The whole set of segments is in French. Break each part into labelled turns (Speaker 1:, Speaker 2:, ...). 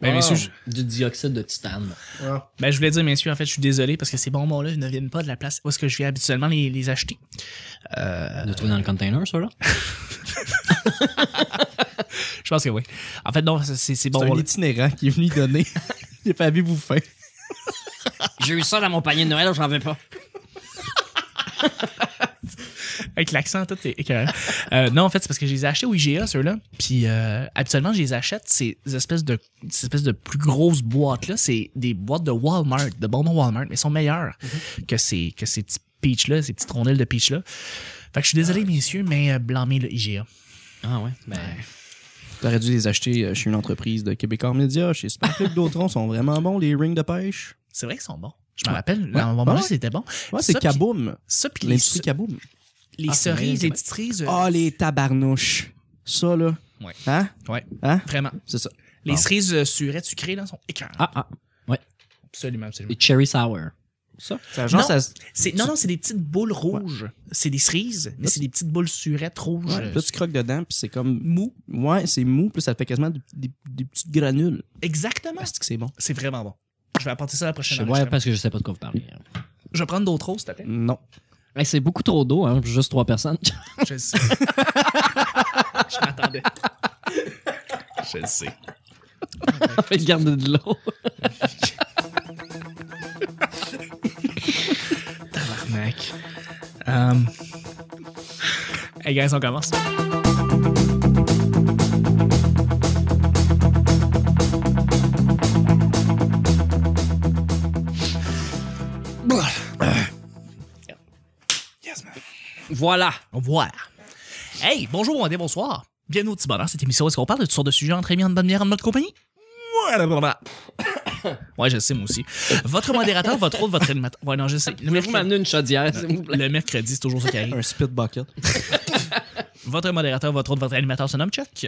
Speaker 1: Ben,
Speaker 2: Ah.
Speaker 1: messieurs, je,
Speaker 3: Du dioxyde de titane.
Speaker 2: Ah.
Speaker 1: ben, je voulais dire, messieurs, en fait, je suis désolé parce que ces bonbons-là ne viennent pas de la place où est-ce que je vais habituellement les, les acheter. Euh,
Speaker 3: On a trouvé dans le container, ça, là?
Speaker 1: je pense que oui. En fait, non, c'est ces
Speaker 2: C'est un
Speaker 1: bonbons-là.
Speaker 2: itinérant qui est venu donner. Il a pas vu vous faire.
Speaker 3: J'ai eu ça dans mon panier de Noël, j'en veux pas.
Speaker 1: Avec l'accent, tout est écœurant. Euh, non, en fait, c'est parce que je les ai achetés au IGA, ceux-là. Puis, euh, habituellement, je les achète, ces espèces de, ces espèces de plus grosses boîtes-là. C'est des boîtes de Walmart, de bonbons Walmart, mais elles sont meilleures
Speaker 2: Mhm.
Speaker 1: que, ces, que ces petits peach-là, ces petites rondelles de peach-là. Fait que je suis
Speaker 2: Ah
Speaker 1: désolé, messieurs, mais euh, blâmez le IGA.
Speaker 3: Ah ouais? Ben,
Speaker 2: T'aurais dû les acheter euh, chez une entreprise de Québécois Média, chez Superclub Dautron, sont vraiment bons, les rings de pêche.
Speaker 1: C'est vrai qu'ils sont bons. Je me rappelle, à un moment
Speaker 2: Ouais.
Speaker 1: donné,
Speaker 2: Ouais.
Speaker 1: c'était bon.
Speaker 2: Ouais, c'est
Speaker 1: Ça, puis-
Speaker 2: Kaboom.
Speaker 1: Ça, Euh, puis les,
Speaker 2: L'industrie Kaboom.
Speaker 1: les
Speaker 3: Ah, c'est vrai,
Speaker 1: cerises,
Speaker 3: c'est
Speaker 1: les
Speaker 3: vrai.
Speaker 1: petites cerises. euh,
Speaker 2: Ah, les tabarnouches. Ça, là.
Speaker 1: Ouais.
Speaker 2: Hein?
Speaker 1: Ouais,
Speaker 2: Hein?
Speaker 1: vraiment.
Speaker 2: C'est ça.
Speaker 1: Les
Speaker 2: Bon.
Speaker 1: cerises euh, surettes sucrées, là, sont écœurantes.
Speaker 3: ah, ah.
Speaker 1: Absolument, absolument.
Speaker 3: Et cherry sour. Ça?
Speaker 2: Ça, genre,
Speaker 1: Non.
Speaker 2: ça. se-
Speaker 1: C'est- non, non, c'est des petites boules rouges. C'est des cerises, mais c'est des petites boules surettes rouges.
Speaker 2: Ouais, puis là, tu croques dedans, puis c'est comme.
Speaker 1: Mou.
Speaker 2: Ouais, c'est mou, puis ça fait quasiment des, des- des petites granules.
Speaker 1: Exactement.
Speaker 2: Est-ce que c'est bon?
Speaker 1: C'est vraiment bon. Je vais apporter ça à la prochaine.
Speaker 3: Je ouais,
Speaker 1: enregistrement.
Speaker 3: parce que je sais pas de quoi vous parlez. hein.
Speaker 1: Je vais prendre d'autres eaux, s'il te plaît.
Speaker 2: Non.
Speaker 3: Hey, c'est beaucoup trop d'eau, hein, pour juste trois personnes.
Speaker 1: Je le sais. je m'attendais. Je le sais.
Speaker 3: Fait garder de l'eau.
Speaker 1: Mec. Um... Hey guys, on commence. Yes, man.
Speaker 3: Voilà.
Speaker 1: Voilà. Hey, bonjour, bon matin, bonsoir. Bienvenue au petit bonheur, cette émission où est-ce qu'on parle de toutes sortes de sujets entre amis, en bonne manière, en notre compagnie. Voilà, voilà. Ouais, je sais, moi aussi. Votre modérateur, votre autre, votre animateur. Ouais, non, je sais. Le
Speaker 3: Vous
Speaker 1: mercredi,
Speaker 3: m'amenez une chaudière, s'il vous plaît.
Speaker 1: le mercredi, c'est toujours ça qui arrive.
Speaker 2: Un spit bucket.
Speaker 1: Votre modérateur, votre autre, votre animateur se nomme Chuck.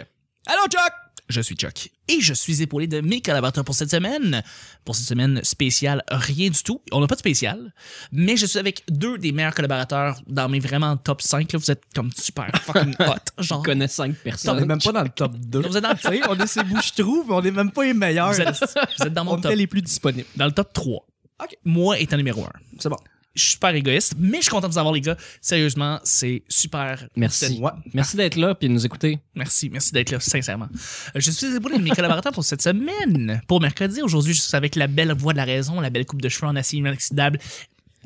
Speaker 2: Allô, Chuck!
Speaker 1: Je suis Chuck. Et je suis épaulé de mes collaborateurs pour cette semaine. Pour cette semaine spéciale, rien du tout. On n'a pas de spécial. Mais je suis avec deux des meilleurs collaborateurs dans mes vraiment top 5. Là, vous êtes comme super fucking hot. Genre,
Speaker 3: Je connais cinq
Speaker 2: On est
Speaker 3: personnes.
Speaker 2: même pas dans le top 2.
Speaker 1: Vous êtes dans le top.
Speaker 2: on est ces bouches trous, mais on est même pas les meilleurs.
Speaker 1: vous, êtes, vous êtes dans mon
Speaker 2: on
Speaker 1: top.
Speaker 2: était les plus disponibles.
Speaker 1: Dans le top 3.
Speaker 2: Ok.
Speaker 1: Moi étant numéro 1.
Speaker 2: C'est bon.
Speaker 1: Je suis super égoïste, mais je suis content de vous avoir, les gars. Sérieusement, c'est super.
Speaker 3: Merci.
Speaker 2: Ouais.
Speaker 3: Merci d'être là puis de nous écouter.
Speaker 1: Merci, merci d'être là, sincèrement. Euh, Je suis épaulé de mes collaborateurs pour cette semaine. Pour mercredi, aujourd'hui, je suis avec la belle voix de la raison, la belle coupe de cheveux en acier inoxydable.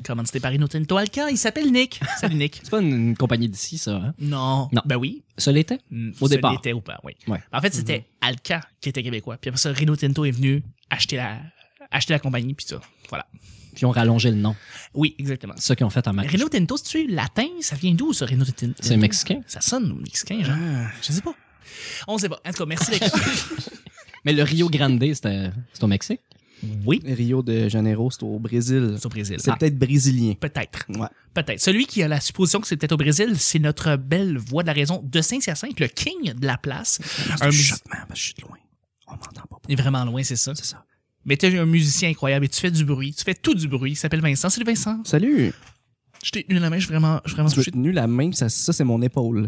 Speaker 1: Comment c'était par Inotinto Alcan? Il s'appelle Nick. Salut Nick.
Speaker 3: C'est pas une, une compagnie d'ici, ça. Hein?
Speaker 1: Non.
Speaker 3: Non.
Speaker 1: Ben oui.
Speaker 3: Ça l'était?
Speaker 1: Mm,
Speaker 3: Au
Speaker 1: ce
Speaker 3: départ.
Speaker 1: l'était ou pas, oui.
Speaker 3: Ouais. Mm-hmm.
Speaker 1: En fait, c'était Alcan qui était québécois. Puis après ça, Rino Tinto est venu acheter la, acheter la compagnie, puis ça. Voilà.
Speaker 3: Puis on rallongeait le nom.
Speaker 1: Oui, exactement.
Speaker 3: C'est ça qu'ils ont fait en Marie.
Speaker 1: Reno Tinto, c'est-tu latin? Ça vient d'où, ça, Reno Tinto?
Speaker 3: C'est mexicain.
Speaker 1: Ça sonne mexicain, genre.
Speaker 2: Ah.
Speaker 1: Je sais pas. On sait pas. En tout cas, merci d'être
Speaker 3: Mais le Rio Grande, c'était c'est au Mexique.
Speaker 1: Oui.
Speaker 2: Rio de Janeiro, c'est au Brésil.
Speaker 1: C'est au Brésil.
Speaker 2: C'est peut-être brésilien.
Speaker 1: Peut-être.
Speaker 2: Ouais.
Speaker 1: Peut-être. Celui qui a la supposition que c'est peut-être au Brésil, c'est notre belle voix de la raison de Saint-Hyacinthe, le king de la place. Un
Speaker 2: Un
Speaker 1: mus-
Speaker 2: chuchotement, parce que je suis de loin. On m'entend pas.
Speaker 1: Il est vraiment loin, c'est ça.
Speaker 2: C'est ça.
Speaker 1: Mais t'es un musicien incroyable et tu fais du bruit. Tu fais tout du bruit. Il s'appelle Vincent. Salut Vincent.
Speaker 2: Salut!
Speaker 1: Je t'ai tenu la main, je suis vraiment, je suis vraiment
Speaker 2: Tu m'as
Speaker 1: touché.
Speaker 2: tenu la main, ça, ça c'est mon épaule.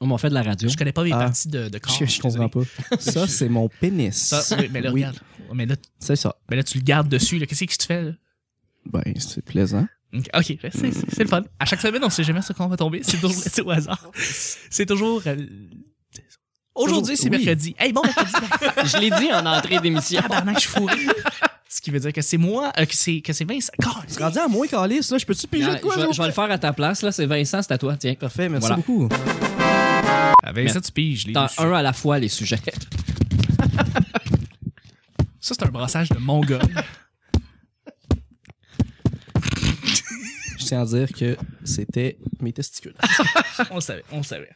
Speaker 3: On m'a fait de la radio.
Speaker 1: Je connais pas mes
Speaker 2: Ah.
Speaker 1: parties de, de corps.
Speaker 2: je, je comprends pas. Ça, c'est mon pénis.
Speaker 1: Ça, oui, mais là,
Speaker 2: Oui,
Speaker 1: regarde. Mais là, tu-
Speaker 2: C'est ça.
Speaker 1: mais là, tu le gardes dessus. là. Qu'est-ce que tu fais? là?
Speaker 2: Ben, c'est plaisant.
Speaker 1: Ok, ok, c'est- c'est c'est le fun. À chaque semaine, on sait jamais sur quoi on va tomber. C'est toujours c'est au hasard. C'est toujours. euh, Aujourd'hui, c'est
Speaker 2: oui.
Speaker 1: mercredi. Hey, bon mercredi.
Speaker 3: Je l'ai dit en entrée d'émission.
Speaker 2: Ah,
Speaker 1: Tabarnak, je suis fourré. Ce qui veut dire que c'est moi, euh, que c'est que c'est Vince. God,
Speaker 2: C'est rendu à moi, Calice, là. Je peux-tu piger
Speaker 3: Non,
Speaker 2: de quoi,
Speaker 3: Hein, je, vais-
Speaker 2: là?
Speaker 3: je vais le faire à ta place, là. C'est Vincent, c'est à toi, tiens.
Speaker 2: Parfait, merci
Speaker 3: Voilà.
Speaker 2: beaucoup.
Speaker 1: Avec ça, tu piges. Les
Speaker 3: T'as
Speaker 1: deux sujets.
Speaker 3: un à la fois les sujets.
Speaker 1: Ça, c'est un brassage de mongol.
Speaker 2: Je tiens à dire que c'était mes testicules.
Speaker 1: on le savait, on le savait.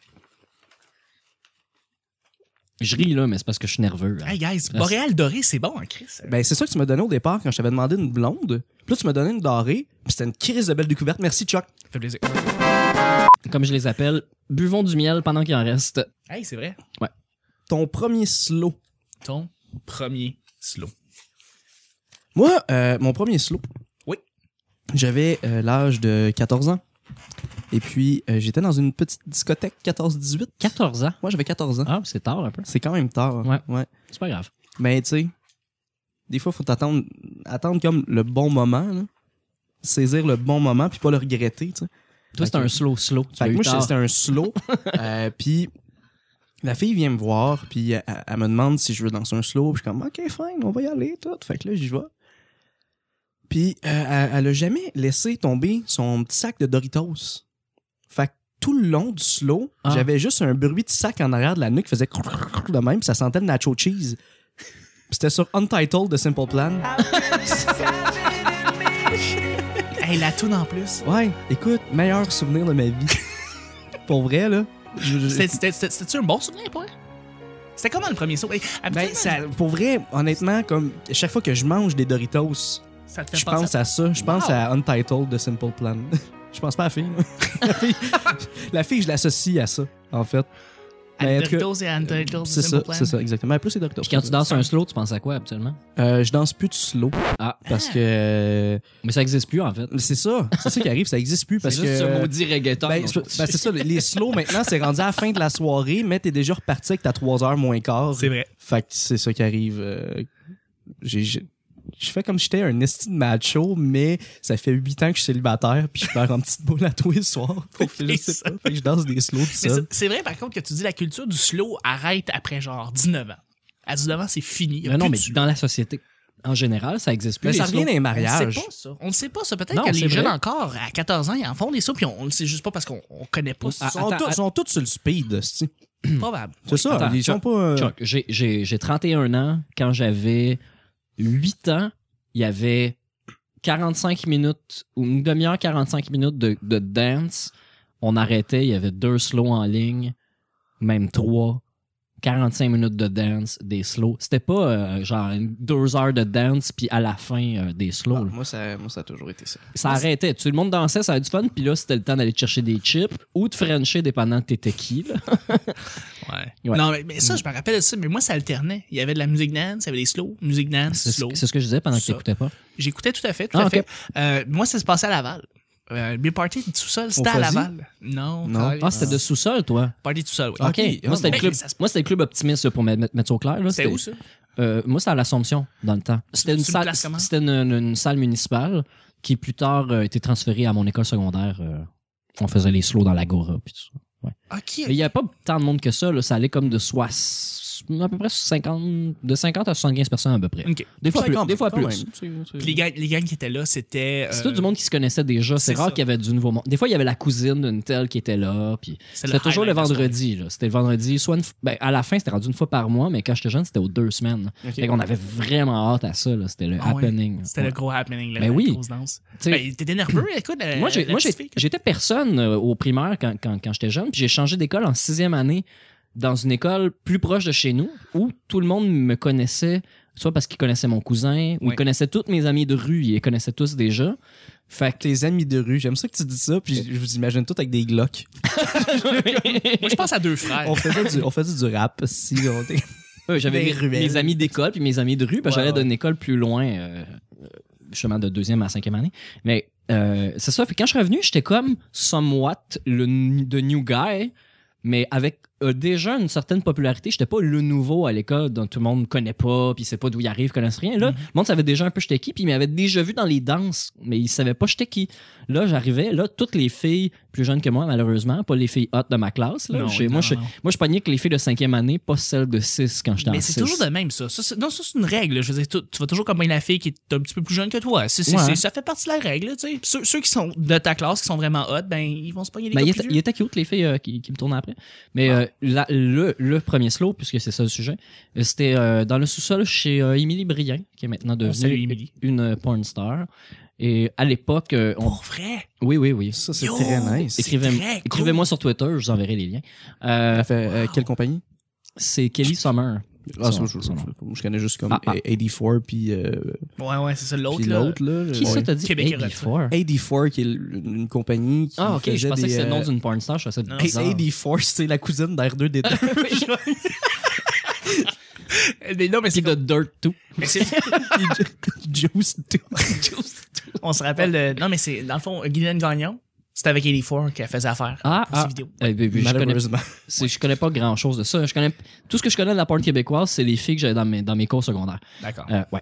Speaker 3: Je ris, là, mais c'est parce que je suis nerveux. hein.
Speaker 1: Hey, guys, Boréal doré, c'est bon, hein, Chris?
Speaker 2: Ben, c'est ça que tu m'as donné au départ quand je t'avais demandé une blonde. Puis là, tu m'as donné une dorée. Puis c'était une crise de belle découverte. Merci, Chuck.
Speaker 1: Ça fait plaisir.
Speaker 3: Comme je les appelle, buvons du miel pendant qu'il en reste.
Speaker 1: Hey, c'est vrai.
Speaker 2: Ton premier slow.
Speaker 1: Ton premier slow.
Speaker 2: Moi, euh, mon premier slow.
Speaker 1: Oui.
Speaker 2: J'avais euh, l'âge de 14 ans. Et puis, euh, j'étais dans une petite discothèque 14-18.
Speaker 3: 14 ans.
Speaker 2: Moi, j'avais 14 ans.
Speaker 3: Ah, c'est tard un peu.
Speaker 2: C'est quand même tard. hein.
Speaker 3: Ouais.
Speaker 2: ouais.
Speaker 3: C'est pas grave.
Speaker 2: Mais tu sais, des fois, faut attendre, attendre comme le bon moment, là. saisir le bon moment, puis pas le regretter. tu sais.
Speaker 3: Toi, c'est
Speaker 2: Fait que-
Speaker 3: un slow, slow. Tu
Speaker 2: Fait
Speaker 3: l'as
Speaker 2: que
Speaker 3: eu
Speaker 2: moi,
Speaker 3: tard.
Speaker 2: c'était un slow. Euh, puis la fille vient me voir, puis elle, elle me demande si je veux danser un slow. Puis je suis comme, OK, fine, on va y aller, tout. Fait que là, j'y vais. Puis euh, elle, elle a jamais laissé tomber son petit sac de Doritos. Fait que tout le long du slow,
Speaker 3: Ah.
Speaker 2: j'avais juste un bruit de sac en arrière de la nuque qui faisait de même, puis ça sentait le nacho cheese. Puis C'était sur Untitled de Simple Plan.
Speaker 3: Ah
Speaker 1: Hey, la toune en plus.
Speaker 2: Ouais, écoute, meilleur souvenir de ma vie. Pour vrai, là. Je- je-
Speaker 1: C'était- c'était- c'était- C'était-tu un bon souvenir pour elle? C'était comment le premier saut? Hey,
Speaker 2: Ben,
Speaker 1: habituellement,
Speaker 2: ça, pour vrai, honnêtement, comme à chaque fois que je mange des Doritos,
Speaker 1: ça te fait
Speaker 2: je
Speaker 1: penser
Speaker 2: pense à ça. Je pense
Speaker 1: Wow.
Speaker 2: à Untitled de Simple Plan. je pense pas à la fille. moi. la, fille la fille, je l'associe à ça, en fait.
Speaker 1: à
Speaker 2: Mais en tout cas,
Speaker 1: Doritos et à Doritos
Speaker 2: C'est ça, c'est ça, exactement. Plus les Doritos.
Speaker 3: Puis quand tu danses un slow, tu penses à quoi habituellement?
Speaker 2: Euh, je danse plus de slow.
Speaker 3: Ah.
Speaker 2: Parce que. euh,
Speaker 3: Mais ça n'existe plus en fait.
Speaker 2: C'est ça. C'est ça qui arrive, ça existe plus. Parce
Speaker 3: C'est juste
Speaker 2: que.
Speaker 3: ce maudit reggaeton. Euh,
Speaker 2: Ben, c'est ben, c'est ça, les slow maintenant, c'est rendu à la fin de la soirée, mais t'es déjà reparti avec ta 3 heures moins quart.
Speaker 1: C'est vrai.
Speaker 2: Fait que c'est ça qui arrive. euh, j'ai, j'ai- je fais comme si j'étais un esti de macho, mais ça fait 8 ans que je suis célibataire, puis je perds en petite boule à tous les soirs. Fait que je sais pas, fait que je danse des slows tout
Speaker 1: Mais
Speaker 2: seul.
Speaker 1: c'est- C'est vrai, par contre, que tu dis la culture du slow arrête après genre 19 ans. À 19 ans, c'est fini. Y a
Speaker 2: Ben
Speaker 3: Mais non,
Speaker 1: plus
Speaker 3: mais
Speaker 1: de slow.
Speaker 3: dans la société, en général, ça n'existe plus.
Speaker 2: Mais
Speaker 3: les
Speaker 2: ça revient
Speaker 3: slows.
Speaker 2: dans les
Speaker 1: On ne
Speaker 2: mariages.
Speaker 1: sait pas ça. On ne sait pas ça. Peut-être
Speaker 3: Non,
Speaker 1: que
Speaker 3: c'est
Speaker 1: les jeunes
Speaker 3: vrai.
Speaker 1: encore, à 14 ans, ils en font des sauts, puis on ne le sait juste pas parce qu'on ne connaît pas.
Speaker 3: Ah,
Speaker 1: C'est
Speaker 2: Ils sont,
Speaker 3: Attends,
Speaker 2: tous-
Speaker 3: att-
Speaker 2: sont tous sur le speed, esti.
Speaker 1: probable.
Speaker 2: c'est ça.
Speaker 3: attends,
Speaker 2: ils sont
Speaker 3: Chuck,
Speaker 2: pas. euh,
Speaker 3: Chuck, j'ai- j'ai j'ai 31 ans. Quand j'avais 8 ans, il y avait 45 minutes ou une demi-heure 45 minutes de, de dance. On arrêtait, il y avait deux slows en ligne, même trois. 45 minutes de dance, des slows. C'était pas euh, genre une- deux heures de dance, puis à la fin, euh, des slows. là.
Speaker 2: Ah, moi, ça, moi, ça a toujours été ça.
Speaker 3: Ça arrêtait. Tout le monde dansait, ça avait du fun, puis là, c'était le temps d'aller te chercher des chips ou de frencher, dépendant de t'étais qui. là. Ouais.
Speaker 1: Non, mais, mais ça, je me rappelle de ça, mais moi, ça alternait. Il y avait de la musique dance, il y avait des slow, musique dance,
Speaker 3: C'est ce
Speaker 1: slow.
Speaker 3: c'est ce que je disais pendant que
Speaker 1: Ça.
Speaker 3: t'écoutais pas.
Speaker 1: J'écoutais tout à fait, tout
Speaker 3: Ah,
Speaker 1: à
Speaker 3: ok.
Speaker 1: fait. Euh, moi, ça se passait à Laval. Euh, mes parties de sous-sol, c'était à
Speaker 2: Fuzzy?
Speaker 1: Laval. Non,
Speaker 2: Non.
Speaker 1: calé.
Speaker 3: Ah, c'était de sous-sol, toi?
Speaker 1: Party de sous-sol, oui.
Speaker 2: Ah,
Speaker 3: OK.
Speaker 2: ok.
Speaker 3: Moi, c'était
Speaker 1: Mais
Speaker 3: le club,
Speaker 1: ça se-
Speaker 3: moi, c'était le club optimiste là, pour me- mettre, mettre ça au clair. là.
Speaker 1: C'était où, ça?
Speaker 3: euh, moi, c'était à l'Assomption, dans le temps. C'était
Speaker 1: Tu-
Speaker 3: une
Speaker 1: tu le
Speaker 3: salle,
Speaker 1: places comment?
Speaker 3: c'était une, une- une salle municipale qui, plus tard, euh, a été transférée à mon école secondaire. euh, on faisait les slows dans l'agora, puis tout ça.
Speaker 1: OK.
Speaker 3: Mais il n'y avait pas tant de monde que ça. là. Ça allait comme de sois, à peu près 50, de 50 à 75 personnes à peu près.
Speaker 1: OK.
Speaker 3: Des fois
Speaker 2: Ouais,
Speaker 3: plus.
Speaker 2: quand
Speaker 3: Des
Speaker 2: même,
Speaker 3: fois
Speaker 2: quand
Speaker 3: plus.
Speaker 2: même. C'est- c'est-
Speaker 1: Puis les gangs, les gangs qui étaient là, c'était...
Speaker 3: C'est
Speaker 1: euh,
Speaker 3: tout du monde qui se connaissait déjà. C'est
Speaker 1: c'est
Speaker 3: rare
Speaker 1: ça.
Speaker 3: qu'il y avait du nouveau monde. Des fois, il y avait la cousine d'une telle qui était là. Puis
Speaker 1: le
Speaker 3: c'était toujours le
Speaker 1: highlight de la
Speaker 3: vendredi. là. C'était le vendredi. Soit une f- ben, à la fin, c'était rendu une fois par mois, mais quand j'étais jeune, c'était aux deux semaines.
Speaker 2: Ok.
Speaker 3: Fait qu'on avait vraiment hâte à ça. là. C'était le
Speaker 1: Ah ouais.
Speaker 3: happening.
Speaker 1: C'était
Speaker 3: Ouais.
Speaker 1: le gros happening, là,
Speaker 3: Ben
Speaker 1: la
Speaker 3: oui.
Speaker 1: grosse danse.
Speaker 3: Tu sais,
Speaker 1: Ben, t'étais nerveux, écoute. la-
Speaker 3: moi, j'ai-
Speaker 1: la
Speaker 3: moi,
Speaker 1: petite
Speaker 3: j'ai-
Speaker 1: fille que-
Speaker 3: j'étais personne euh, au primaire quand, quand, quand j'étais jeune. Puis j'ai changé d'école en sixième année dans une école plus proche de chez nous où tout le monde me connaissait, soit parce qu'ils connaissaient mon cousin ou
Speaker 1: Ouais.
Speaker 3: ils connaissaient tous mes amis de rue. Ils les connaissaient tous déjà. Fait que...
Speaker 2: Tes amis de rue, j'aime ça que tu dis ça, puis je vous imagine tout avec des glocks.
Speaker 1: Moi, je pense à deux frères.
Speaker 2: On faisait du, on faisait du rap, si on était-
Speaker 3: Oui, j'avais
Speaker 2: Des
Speaker 3: mes,
Speaker 2: ruelles.
Speaker 3: mes amis d'école puis mes amis de rue, parce que
Speaker 2: Ouais,
Speaker 3: j'allais
Speaker 2: ouais.
Speaker 3: d'une école plus loin, euh, chemin de deuxième à cinquième année. Mais euh, c'est ça. Puis quand je suis revenu, j'étais comme somewhat le n- the new guy, mais avec euh, déjà une certaine popularité. J'étais pas le nouveau à l'école dont tout le monde connaît pas, puis sait pas d'où il arrive, connaissent rien.
Speaker 2: Mm-hmm.
Speaker 3: Là, le monde savait déjà un peu j'étais qui, puis il m'avait déjà vu dans les danses, mais il savait pas j'étais qui. Là, j'arrivais, là, toutes les filles plus jeunes que moi, malheureusement, pas les filles hot de ma classe. Là,
Speaker 1: Non,
Speaker 3: J'ai-
Speaker 1: oui,
Speaker 3: moi,
Speaker 1: non,
Speaker 3: je,
Speaker 1: non.
Speaker 3: moi, je pognais que les filles de cinquième année, pas celles de 6 quand j'étais en
Speaker 1: Mais c'est
Speaker 3: six.
Speaker 1: toujours de même, ça. Ça, c'est- non, ça, c'est une règle. Je veux dire, tu, tu vas toujours comme la fille qui est un petit peu plus jeune que toi. C'est- c'est-
Speaker 3: Ouais.
Speaker 1: c'est- ça fait partie de la règle, tu sais. Puis Ceux, ceux qui sont de ta classe, qui sont vraiment hot, ben, ils vont se pogner les
Speaker 3: Ben, il,
Speaker 1: gars
Speaker 3: était,
Speaker 1: plus
Speaker 3: il
Speaker 1: vieux.
Speaker 3: était cute, les filles euh, qui, qui me tournaient après. Mais
Speaker 1: Ah.
Speaker 3: euh, la- le, le premier slow, puisque c'est ça le sujet, euh, c'était euh, dans le sous-sol chez euh, Émilie Brien, qui est maintenant
Speaker 1: salue
Speaker 3: devenue
Speaker 1: Émilie.
Speaker 3: une euh, porn star. Et à l'époque, euh, on...
Speaker 1: Pour vrai.
Speaker 3: oui, oui, oui.
Speaker 2: Ça, c'est
Speaker 1: Yo!
Speaker 2: très nice.
Speaker 1: C'est
Speaker 3: Écrivez-
Speaker 1: très cool.
Speaker 3: Écrivez-moi sur Twitter, je vous enverrai les liens. Euh,
Speaker 2: Elle fait, euh, quelle compagnie?
Speaker 3: c'est Kelly Summer.
Speaker 2: Ah,
Speaker 3: Son-
Speaker 2: ça, je, je-
Speaker 3: son nom.
Speaker 2: je- je connais juste comme
Speaker 3: Ah, ah.
Speaker 2: 84 puis euh,
Speaker 1: Ouais, ouais, c'est ça.
Speaker 2: puis
Speaker 1: L'autre, là.
Speaker 2: l'autre là.
Speaker 3: Qui ça
Speaker 2: Ouais.
Speaker 3: t'a dit
Speaker 1: Québec et
Speaker 3: 84?
Speaker 2: 84 qui est l- une compagnie qui
Speaker 3: Ah, ok, je
Speaker 2: faisait
Speaker 3: pensais
Speaker 2: des,
Speaker 3: que c'était le nom
Speaker 2: euh,
Speaker 3: d'une porn star, je trouvais ça
Speaker 1: Non,
Speaker 2: Hey,
Speaker 3: bizarre.
Speaker 2: 84, c'est la cousine d'R2D2.
Speaker 1: Mais non, mais c'est.
Speaker 3: Puis de Dirt, tout.
Speaker 1: mais c'est-
Speaker 2: Juice 2.
Speaker 1: On se rappelle. de- Non, mais c'est. Dans le fond, Guylaine Gagnon. C'était avec 84 qu'elle faisait affaire.
Speaker 3: Ah,
Speaker 1: pour ses
Speaker 3: ah.
Speaker 1: vidéos.
Speaker 3: Eh ben, je, connais,
Speaker 2: Malheureusement.
Speaker 3: c'est- je connais pas grand chose de ça. Je connais, tout ce que je connais de la porn québécoise, c'est les filles que j'avais dans mes, dans mes cours secondaires.
Speaker 1: D'accord.
Speaker 2: Ah.
Speaker 3: Euh, ouais.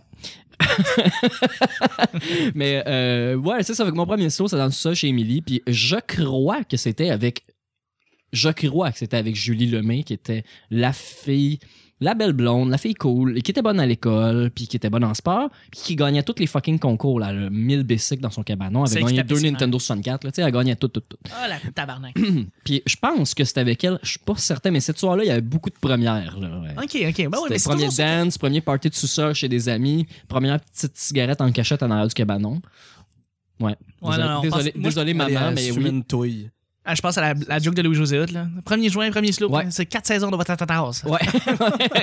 Speaker 3: Mais euh, ouais, c'est ça. Avec mon premier slow, c'est dans ça chez Émilie. Puis je crois que c'était avec. Je crois que c'était avec Julie Lemay, qui était la fille. La belle blonde, la fille cool, et qui était bonne à l'école, puis qui était bonne en sport, puis qui gagnait tous les fucking concours, là, le 1000 basic dans son cabanon. Elle
Speaker 1: C'est
Speaker 3: avait gagné deux
Speaker 1: exceptionnel.
Speaker 3: Nintendo 64, là, tu sais, elle gagnait tout, tout, tout.
Speaker 1: Ah, la tabarnak.
Speaker 3: Puis je pense que c'était avec elle, je suis pas certain, mais cette soirée-là, il y avait beaucoup de premières, là. ouais.
Speaker 1: ok, ok. Ben ouais, mais
Speaker 3: C'était
Speaker 1: c'est
Speaker 3: premier
Speaker 1: toujours ça.
Speaker 3: dance, premier party de sous-sol chez des amis, première petite cigarette en cachette en arrière du cabanon. Ouais.
Speaker 1: Ouais,
Speaker 3: désolé,
Speaker 1: non, non,
Speaker 3: désolé,
Speaker 1: pense- moi, euh,
Speaker 3: désolé, maman, mais oui.
Speaker 2: une touille.
Speaker 1: Ah, je pense à la, la joke de Louis-José Hood, là. Premier juin, premier slow.
Speaker 3: Ouais.
Speaker 1: hein, C'est quatre saisons de votre tatatas.
Speaker 3: Ouais,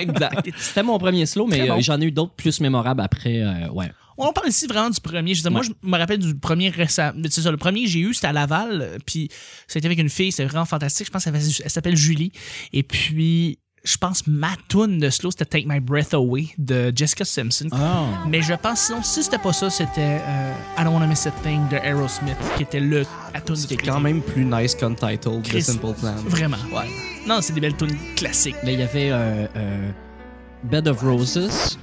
Speaker 3: exact. C'était mon premier slow, mais
Speaker 1: Très bon.
Speaker 3: euh, j'en ai eu d'autres plus mémorables après. euh, ouais.
Speaker 1: On parle ici vraiment du premier. Je veux dire, Moi, je me rappelle du premier récent. mais C'est ça, le premier que j'ai eu, c'était à Laval. euh, Puis c'était avec une fille, c'était vraiment fantastique. Je pense qu'elle faisait- elle s'appelle Julie. Et puis, je pense ma tune de slow, c'était Take My Breath Away de Jessica Simpson.
Speaker 3: Ah.
Speaker 1: Mais je pense, sinon, si c'était pas ça, c'était euh, I Don't Wanna Miss a Thing de Aerosmith, qui était le la tune
Speaker 2: C'était
Speaker 1: de
Speaker 2: quand même plus nice qu'un title de
Speaker 1: Chris.
Speaker 2: Simple Plan.
Speaker 1: Vraiment, ouais. Non, c'est des belles tunes classiques.
Speaker 3: Mais il y avait euh, euh, Bed of Roses.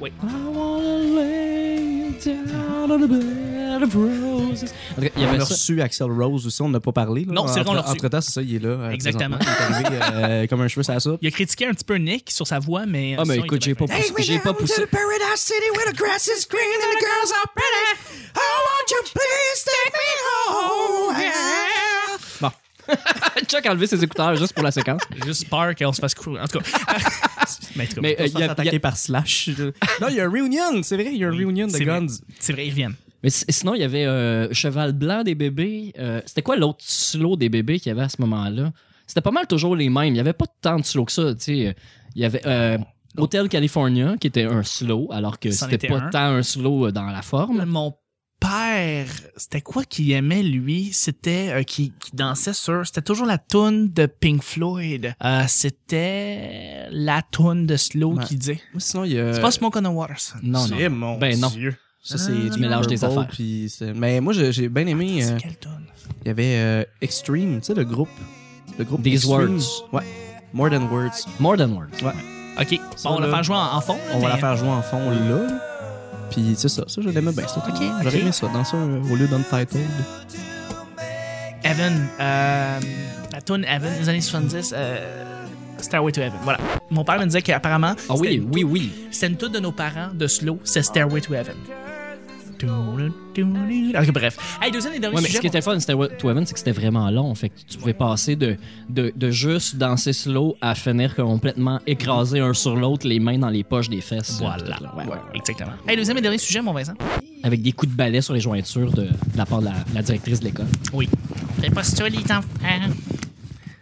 Speaker 1: Oui.
Speaker 3: I wanna lay down on a bed of roses. En tout cas, il y
Speaker 1: Ah,
Speaker 2: On
Speaker 3: avait
Speaker 2: a
Speaker 3: Ben, ça.
Speaker 2: reçu Axel Rose aussi, on n'a pas parlé. là.
Speaker 1: Non, c'est vrai, on l'a reçu.
Speaker 2: Entre temps, c'est ça, il est là. euh,
Speaker 1: Exactement.
Speaker 2: présentement. Il est arrivé euh, comme un cheveu, ça la soupe.
Speaker 1: Il a critiqué un petit peu Nick sur sa voix, mais.
Speaker 3: Ah, mais
Speaker 1: sinon, il
Speaker 3: écoute,
Speaker 1: était
Speaker 3: j'ai pas
Speaker 1: bien
Speaker 3: poussé. J'ai pas poussé.
Speaker 4: Paradise City where the grass is green and the girls are pretty. Oh, won't you please take me home? yeah.
Speaker 3: Bon. Chuck a enlevé ses écouteurs juste pour la séquence.
Speaker 1: fin. J'ai Juste peur qu'on se fasse crew. En tout cas. mais en tout cas,
Speaker 3: Mais,
Speaker 2: On
Speaker 3: euh,
Speaker 2: se
Speaker 3: il y
Speaker 2: fait
Speaker 3: a-
Speaker 2: attaquer
Speaker 3: il y a-
Speaker 2: par Slash. non, il y a un reunion, c'est vrai, il y a un reunion de
Speaker 1: c'est vrai.
Speaker 2: Guns.
Speaker 1: C'est vrai, ils reviennent.
Speaker 3: Mais si- sinon, il y avait euh, Cheval Blanc des bébés. Euh, C'était quoi l'autre slow des bébés qu'il y avait à ce moment-là? C'était pas mal toujours les mêmes. Il n'y avait pas tant de slow que ça. tu sais. Il y avait euh, Hotel California qui était un slow, alors que
Speaker 1: C'en
Speaker 3: c'était
Speaker 1: était
Speaker 3: pas
Speaker 1: un.
Speaker 3: tant un slow euh, dans la forme.
Speaker 1: Mon père, c'était quoi qu'il aimait, lui? C'était euh, qui, qui dansait sur... C'était toujours la toune de Pink Floyd. Euh, c'était la toune de Slow
Speaker 2: Ouais.
Speaker 1: qui dit.
Speaker 2: Moi, sinon, il y a.
Speaker 1: C'est pas Smoke on the Waters.
Speaker 3: Non, non.
Speaker 2: C'est mon
Speaker 3: Ben non.
Speaker 2: Dieu. Ça,
Speaker 1: Ah,
Speaker 2: c'est
Speaker 1: non,
Speaker 2: du
Speaker 3: mélange des
Speaker 2: Purple,
Speaker 3: affaires.
Speaker 2: puis c'est- Mais moi, j'ai j'ai bien aimé. euh,
Speaker 1: Ah, C'est quelle toune?
Speaker 2: Il y avait euh, Extreme, tu sais, le groupe. Le groupe
Speaker 3: These
Speaker 2: Extreme.
Speaker 3: Words.
Speaker 2: Ouais. More Than Words.
Speaker 3: More Than Words.
Speaker 1: OK,
Speaker 2: Ça,
Speaker 1: bon, on va la
Speaker 2: là.
Speaker 1: faire jouer en, en fond. là,
Speaker 2: On va la
Speaker 1: mais-
Speaker 2: faire jouer en fond là. Puis c'est ça, ça je l'aimais bien. ça.
Speaker 1: Ok, ok.
Speaker 2: J'aurais aimé ça, dans ça, euh, au lieu d'Untitled.
Speaker 1: Evan, euh, la toune Evan des années 70, euh, Stairway to Heaven. Voilà. Mon père me disait qu'apparemment,
Speaker 3: Ah
Speaker 1: c'était
Speaker 3: oui,
Speaker 1: une
Speaker 3: oui, oui.
Speaker 1: toune- c'était une toune de nos parents de slow, c'est Stairway to Heaven. Ok, bref. Hey, deuxième et dernier
Speaker 3: Ouais, mais
Speaker 1: sujet.
Speaker 3: ce qui était le fun, c'était to Heaven, c'est que c'était vraiment long. Fait que tu pouvais passer de, de, de juste danser slow à finir complètement écrasé un sur l'autre, les mains dans les poches des fesses.
Speaker 1: Voilà.
Speaker 3: Tout, là. Ouais.
Speaker 1: Exactement. Hey, deuxième et dernier sujet, mon Vincent.
Speaker 3: Avec des coups de balai sur les jointures de, de la part de la, la directrice de l'école.
Speaker 1: Oui. Fais pas ça, les hein? enfants.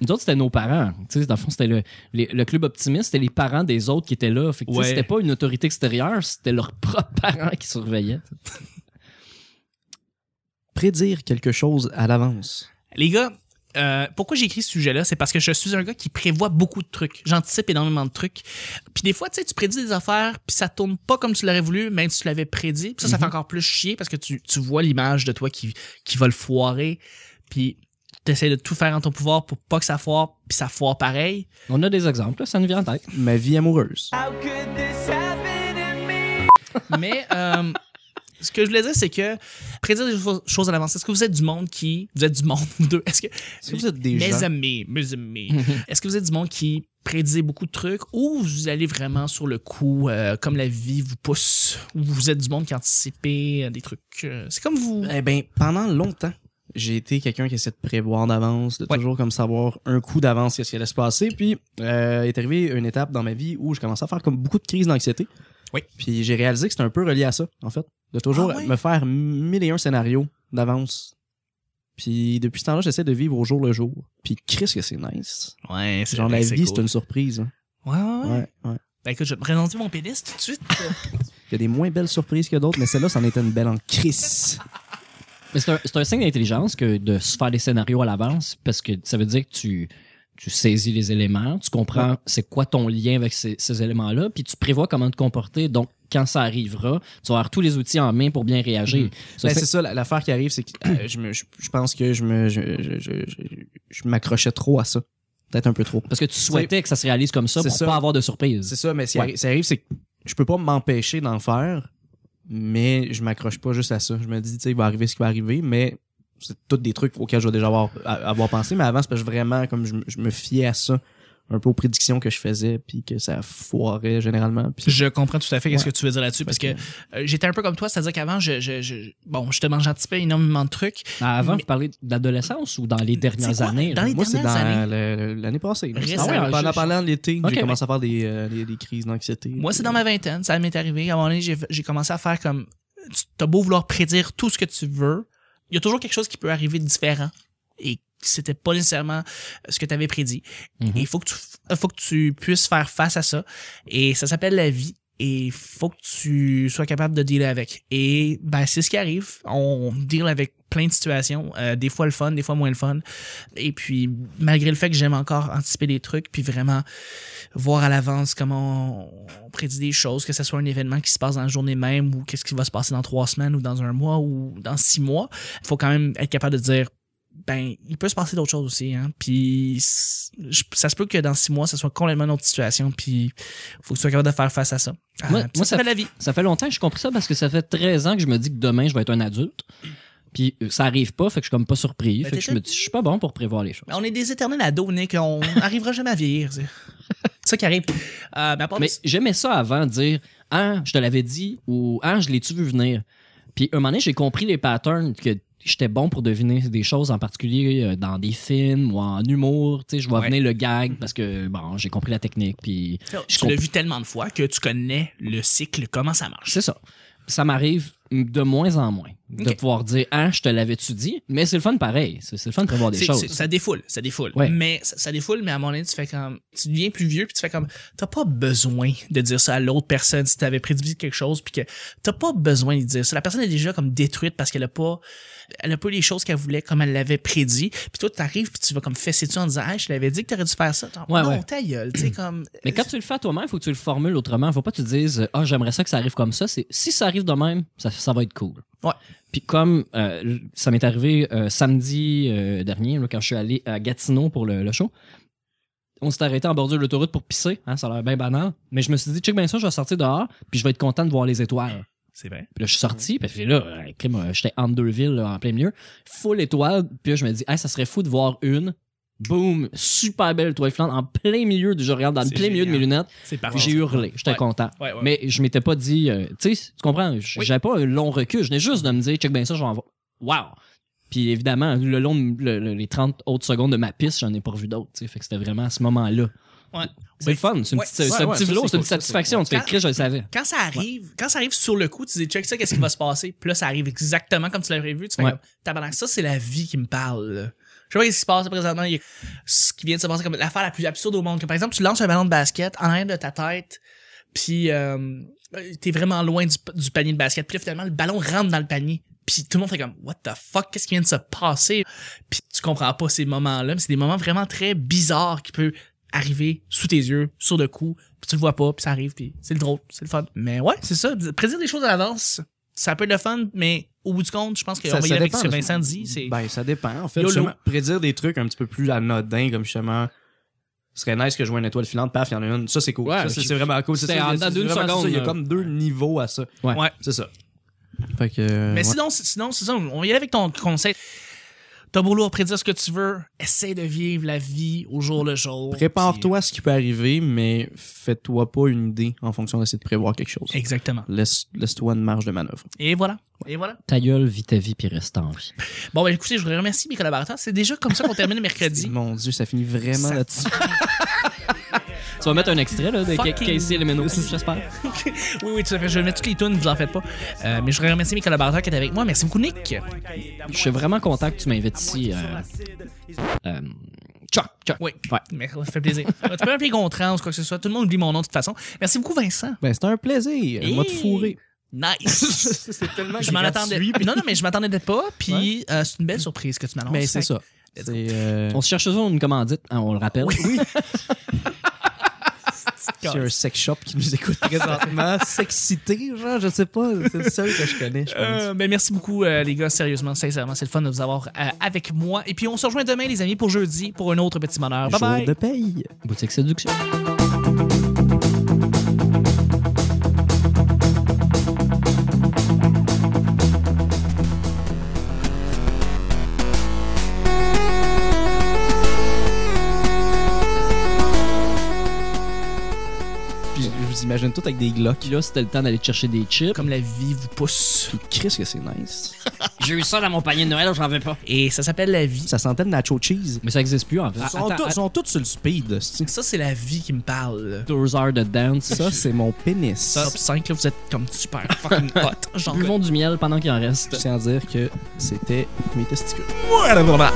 Speaker 3: Nous autres, c'était nos parents. Tu sais, dans le fond, c'était le, les- le club optimiste, c'était les parents des autres qui étaient là. Fait que, tu sais,
Speaker 1: Ouais.
Speaker 3: c'était pas une autorité extérieure, c'était leurs propres parents qui surveillaient.
Speaker 2: Prédire quelque chose à l'avance.
Speaker 1: Les gars, euh, pourquoi j'ai écrit ce sujet-là, c'est parce que je suis un gars qui prévoit beaucoup de trucs. J'anticipe énormément de trucs. Puis des fois, tu sais, tu prédis des affaires, puis ça tourne pas comme tu l'aurais voulu, même si tu l'avais prédit. Puis ça, ça fait encore plus chier parce que tu, tu vois l'image de toi qui, qui va le foirer. Puis t'essaies de tout faire en ton pouvoir pour pas que ça foire, puis ça foire pareil.
Speaker 3: On a des exemples, là, ça nous vient en tête.
Speaker 2: Ma vie amoureuse.
Speaker 1: Ah Mais euh, ce que je voulais dire, c'est que prédire des cho- choses à l'avance, est-ce que vous êtes du monde qui... Vous êtes du monde, vous deux. Est-ce que
Speaker 2: Si vous êtes des
Speaker 1: mes
Speaker 2: gens.
Speaker 1: amis, mes amis. Est-ce que vous êtes du monde qui prédit beaucoup de trucs ou vous allez vraiment sur le coup euh, comme la vie vous pousse ou vous êtes du monde qui anticipe euh, des trucs? euh, c'est comme vous.
Speaker 2: Eh ben, pendant longtemps, j'ai été quelqu'un qui essaie de prévoir d'avance, de
Speaker 1: Ouais.
Speaker 2: toujours comme savoir un coup d'avance qu'est-ce qui allait se passer. Puis euh, est arrivé une étape dans ma vie où je commençais à faire comme beaucoup de crises d'anxiété.
Speaker 1: Oui.
Speaker 2: Puis j'ai réalisé que c'était un peu relié à ça, en fait, de toujours
Speaker 1: Ah ouais?
Speaker 2: me faire mille et un scénarios d'avance. Puis depuis ce temps-là, j'essaie de vivre au jour le jour. Puis Chris que c'est nice.
Speaker 1: Ouais, c'est
Speaker 2: Genre la vie, c'est une surprise. hein.
Speaker 1: Ouais, ouais, ouais.
Speaker 2: Ouais, ouais.
Speaker 1: Ben écoute, je vais te présenter mon pénis tout de suite.
Speaker 2: Il y a des moins belles surprises que d'autres, mais celle-là, c'en était une belle en Chris.
Speaker 3: Mais c'est un, c'est un signe d'intelligence que de se faire des scénarios à l'avance parce que ça veut dire que tu tu saisis les éléments, tu comprends c'est quoi ton lien avec ces, ces éléments-là, puis tu prévois comment te comporter. Donc, quand ça arrivera, tu vas avoir tous les outils en main pour bien réagir. Ça
Speaker 2: Ben,
Speaker 3: fait-
Speaker 2: c'est ça, la- l'affaire qui arrive, c'est que euh, je, me- je- je pense que je me je, je- je- je- je m'accrochais trop à ça. Peut-être un peu trop.
Speaker 3: parce que tu souhaitais que ça se réalise comme ça
Speaker 2: c'est
Speaker 3: pour
Speaker 2: ça.
Speaker 3: pas avoir de surprise.
Speaker 2: C'est ça, mais ce qui
Speaker 3: Ouais.
Speaker 2: arri- ce qui arrive, c'est que je peux pas m'empêcher d'en faire, mais je m'accroche pas juste à ça. Je me dis, tu sais, il va arriver ce qui va arriver, mais c'est tous des trucs auxquels je dois déjà avoir, à- avoir pensé. Mais avant, c'est parce que vraiment, comme je, me- je me fiais à ça, un peu aux prédictions que je faisais, puis que ça foirait généralement. Puis
Speaker 1: Je comprends tout à fait quest ce que tu veux dire là-dessus parce que euh, j'étais un peu comme toi, c'est-à-dire qu'avant, je, je, je, bon, justement, j'anticipais énormément de trucs.
Speaker 3: Ah, Avant,
Speaker 1: Mais-
Speaker 3: vous parlez d'adolescence ou dans les
Speaker 1: C'est
Speaker 3: dernières
Speaker 1: quoi?
Speaker 3: années?
Speaker 1: Dans
Speaker 3: là?
Speaker 1: les
Speaker 2: Moi, c'est
Speaker 1: dernières années.
Speaker 2: dans le- le- l'année passée. là.
Speaker 1: Récemment.
Speaker 2: Ah ouais, pendant,
Speaker 3: Je-
Speaker 2: pendant l'été,
Speaker 3: Ok,
Speaker 2: j'ai commencé à faire des, euh, des, des crises d'anxiété.
Speaker 1: Moi, c'est dans ma vingtaine, ça m'est arrivé. À un moment donné, j'ai j'ai commencé à faire comme. tu- T'as beau vouloir prédire tout ce que tu veux, il y a toujours quelque chose qui peut arriver de différent et c'était pas nécessairement ce que tu avais prédit.
Speaker 3: Mhm.
Speaker 1: Et il faut que tu f- faut que tu puisses faire face à ça et ça s'appelle la vie et il faut que tu sois capable de dealer avec. Et ben c'est ce qui arrive, on deal avec plein de situations, euh, des fois le fun, des fois moins le fun. Et puis malgré le fait que j'aime encore anticiper des trucs puis vraiment voir à l'avance comment on, on prédit des choses, que ce soit un événement qui se passe dans la journée même ou qu'est-ce qui va se passer dans trois semaines ou dans un mois ou dans six mois, il faut quand même être capable de dire ben il peut se passer d'autres choses aussi hein puis c- je- ça se peut que dans six mois ça soit complètement une autre situation puis faut que tu sois capable de faire face à ça Ah,
Speaker 3: Moi-
Speaker 1: puis
Speaker 3: moi,
Speaker 1: ça,
Speaker 3: ça
Speaker 1: fait la vie
Speaker 3: Ça fait longtemps que j'ai compris ça parce que ça fait 13 ans que je me dis que demain je vais être un adulte. Puis euh, ça arrive pas, fait que je suis comme pas surpris.
Speaker 1: Ben,
Speaker 3: fait que
Speaker 1: t'es
Speaker 3: je me dis, je suis pas bon pour prévoir les choses.
Speaker 1: on est des éternels ados Nick on n'arrivera jamais à vieillir c'est ça qui arrive Euh, mais à part
Speaker 3: Mais
Speaker 1: de-
Speaker 3: j'aimais ça avant dire, ah, je te l'avais dit ou ah, je l'ai-tu vu venir. Puis un moment donné, j'ai compris les patterns que j'étais bon pour deviner des choses, en particulier euh, dans des films ou en humour. Tu sais, je vois
Speaker 1: Ouais.
Speaker 3: venir le gag parce que, bon, j'ai compris la technique. Puis je
Speaker 1: tu l'as
Speaker 3: comprends.
Speaker 1: vu tellement de fois que tu connais le cycle comment ça marche
Speaker 3: C'est ça. Ça m'arrive de moins en moins de
Speaker 1: Ok.
Speaker 3: pouvoir dire Ah, je te l'avais-tu dit, mais c'est le fun pareil. C'est c'est le fun de prévoir des
Speaker 1: C'est-
Speaker 3: choses.
Speaker 1: c'est- ça défoule, ça défoule.
Speaker 3: Ouais.
Speaker 1: Mais ça, ça défoule, mais à un moment donné, tu fais comme, tu deviens plus vieux, puis tu fais comme, t'as pas besoin de dire ça à l'autre personne si t'avais prédit quelque chose, puis que t'as pas besoin de dire ça. La personne est déjà comme détruite parce qu'elle a pas, elle a pas eu les choses qu'elle voulait comme elle l'avait prédit. Puis toi, t'arrives, puis tu vas comme fesser dessus en disant, hey, je te l'avais dit que t'aurais dû faire ça. Genre,
Speaker 3: Ouais,
Speaker 1: non,
Speaker 3: ouais.
Speaker 1: ta gueule, tu sais, comme.
Speaker 3: Mais quand tu le fais à toi-même, il faut que tu le formules autrement. faut pas que tu te dises Ah, j'aimerais ça que ça arrive comme ça. C'est- Si ça arrive de même, ça, ça va être cool.
Speaker 1: Ouais.
Speaker 3: Puis comme euh, ça m'est arrivé euh, samedi euh, dernier, là, quand je suis allé à Gatineau pour le, le show, on s'est arrêté en bordure de l'autoroute pour pisser. hein, ça a l'air bien banal. Mais je me suis dit Check bien ça, je vais sortir dehors, puis je vais être content de voir les étoiles.
Speaker 1: C'est vrai.
Speaker 3: Puis là, je suis sorti, parce que là, euh, crime, euh, j'étais entre deux villes, là, en plein milieu. Full étoile. Puis là, je me dis, hey, ça serait fou de voir une. Boom! Super belle étoile filante en plein milieu du. Je regarde dans le
Speaker 1: C'est
Speaker 3: plein milieu de mes
Speaker 1: génial.
Speaker 3: lunettes.
Speaker 1: C'est
Speaker 3: puis
Speaker 1: parfait.
Speaker 3: J'ai hurlé. J'étais
Speaker 1: Ouais.
Speaker 3: content.
Speaker 1: Ouais, ouais.
Speaker 3: Mais je m'étais pas dit, euh, tu sais, tu comprends? j-
Speaker 1: Oui.
Speaker 3: J'avais pas un long recul. Je venais juste de me dire, check bien ça, je vais en voir. Wow! Puis évidemment, le long de le- le- les 30 autres secondes de ma piste, j'en ai pas revu d'autres. tu sais. Fait que c'était vraiment à ce moment-là.
Speaker 1: Ouais.
Speaker 3: C'est le fun. C'est une
Speaker 1: ouais,
Speaker 3: petite- c'est
Speaker 2: ouais,
Speaker 3: un petit
Speaker 2: ça, c'est
Speaker 3: vélo, c'est une
Speaker 2: cool, ça, c'est-
Speaker 3: satisfaction. Tu fais,
Speaker 1: Quand-
Speaker 3: Chris, je le savais.
Speaker 1: quand ça arrive, quand ça arrive sur le coup, tu dis check ça, qu'est-ce qui va se passer? Puis là, ça arrive exactement comme tu l'avais vu. Tu fais
Speaker 3: Ouais.
Speaker 1: comme tabarnak, ça, c'est la vie qui me parle. là. Je sais pas ce qui se passe présentement. Il y a ce qui vient de se passer comme l'affaire la plus absurde au monde. Que, par exemple, tu lances un ballon de basket en arrière de ta tête, puis euh, t'es vraiment loin du, du panier de basket. Puis là, finalement, le ballon rentre dans le panier. Puis tout le monde fait comme What the fuck, qu'est-ce qui vient de se passer? Puis tu comprends pas ces moments-là, mais c'est des moments vraiment très bizarres qui peuvent arriver sous tes yeux, sur le coup, puis tu le vois pas, puis ça arrive, puis c'est le drôle, c'est le fun. Mais ouais, c'est ça. Prédire des choses à l'avance, ça peut être le fun, mais au bout du compte, je pense qu'on va y aller avec ce que Vincent dit. C'est...
Speaker 2: Ben, ça dépend. En fait,
Speaker 1: YOLO.
Speaker 2: justement, prédire des trucs un petit peu plus anodins, comme justement, ce serait nice que je vois une étoile filante, paf, il y en a une. Ça, c'est cool.
Speaker 3: Ouais,
Speaker 2: ça, c'est,
Speaker 3: je-
Speaker 2: c'est vraiment cool. C'est
Speaker 3: c'était
Speaker 2: ça,
Speaker 3: en
Speaker 2: c'est-
Speaker 3: dedans
Speaker 2: c'est
Speaker 3: d'une
Speaker 2: vraiment ça.
Speaker 3: seconde,
Speaker 2: Il y a
Speaker 3: là.
Speaker 2: comme deux niveaux à ça.
Speaker 3: Ouais.
Speaker 1: Ouais.
Speaker 2: C'est ça. Fait que. euh,
Speaker 1: mais
Speaker 2: ouais.
Speaker 1: sinon, c'est- sinon, c'est ça, on va y aller avec ton conseil. T'as beau lourd prédire ce que tu veux, essaie de vivre la vie au jour le jour.
Speaker 2: Prépare-toi à ce qui peut arriver, mais fais-toi pas une idée en fonction d'essayer de prévoir quelque chose.
Speaker 1: Puis- Exactement.
Speaker 2: Laisse, laisse-toi une marge de manœuvre.
Speaker 1: Et voilà. Et voilà.
Speaker 3: Ta gueule, vis ta vie, puis reste en vie.
Speaker 1: Bon, ben écoutez, je voudrais remercier mes collaborateurs. C'est déjà comme ça qu'on termine le mercredi.
Speaker 2: Mon Dieu, ça finit vraiment
Speaker 1: Ça-
Speaker 2: là-dessus.
Speaker 3: Tu vas mettre un extrait là, de Ca-
Speaker 1: Fucking-
Speaker 3: Casey Lemino, j'espère.
Speaker 1: Oui, oui, tout à fait. Je vais mettre toutes les tunes, vous en faites pas. Euh, mais je voudrais remercier mes collaborateurs qui étaient avec moi. Merci beaucoup, Nick.
Speaker 3: Je suis vraiment content que tu m'invites ici. Euh, euh, tchoc, tchoc.
Speaker 1: Oui.
Speaker 3: Ouais.
Speaker 1: Merci, ça fait plaisir. tu peux m'appeler Gontran ou quoi que ce soit. Tout le monde oublie mon nom de toute façon. Merci beaucoup, Vincent.
Speaker 2: Ben, c'était un plaisir. Moi, de
Speaker 1: Hey.
Speaker 2: fourrer.
Speaker 1: Nice.
Speaker 2: c'est tellement
Speaker 1: je m'en attendais. Non, non, mais je m'attendais pas. Puis euh, c'est une belle surprise que tu m'annonces.
Speaker 2: Mais Ben, c'est
Speaker 1: Fait
Speaker 2: ça. C'est, euh,
Speaker 3: On se cherche toujours une commandite, hein, on le rappelle. Oui.
Speaker 2: s'il y a un sex shop qui nous écoute présentement, s'exciter, genre, je sais pas, c'est le seul que je connais, je pense.
Speaker 1: Euh, ben merci beaucoup, euh, les gars. Sérieusement, sincèrement, c'est le fun de vous avoir euh, avec moi. Et puis, on se rejoint demain, les amis, pour jeudi, pour un autre petit bonheur. Bye
Speaker 2: Jour
Speaker 1: bye.
Speaker 2: de paye.
Speaker 3: Boutique séduction.
Speaker 2: Puis je vous imagine tout avec des glocks.
Speaker 3: Puis là, c'était le temps d'aller chercher des chips.
Speaker 1: Comme la vie vous pousse.
Speaker 2: Puis Chris que c'est nice.
Speaker 3: J'ai eu ça dans mon panier de Noël, j'en veux pas.
Speaker 1: Et ça s'appelle la vie.
Speaker 2: Ça sentait le nacho cheese.
Speaker 3: Mais ça existe plus en fait.
Speaker 2: Ils sont,
Speaker 3: Attends,
Speaker 2: tous,
Speaker 3: attends,
Speaker 2: sont tous sur le speed. c'est-tu.
Speaker 1: Ça, c'est la vie qui me parle.
Speaker 3: deux heures de dance.
Speaker 2: Ça, c'est mon pénis.
Speaker 1: Top 5, là, vous êtes comme super fucking hot. Genre,
Speaker 3: Buvons du miel pendant qu'il en
Speaker 2: Je
Speaker 3: reste.
Speaker 2: tiens à dire que c'était mes testicules.
Speaker 1: voilà.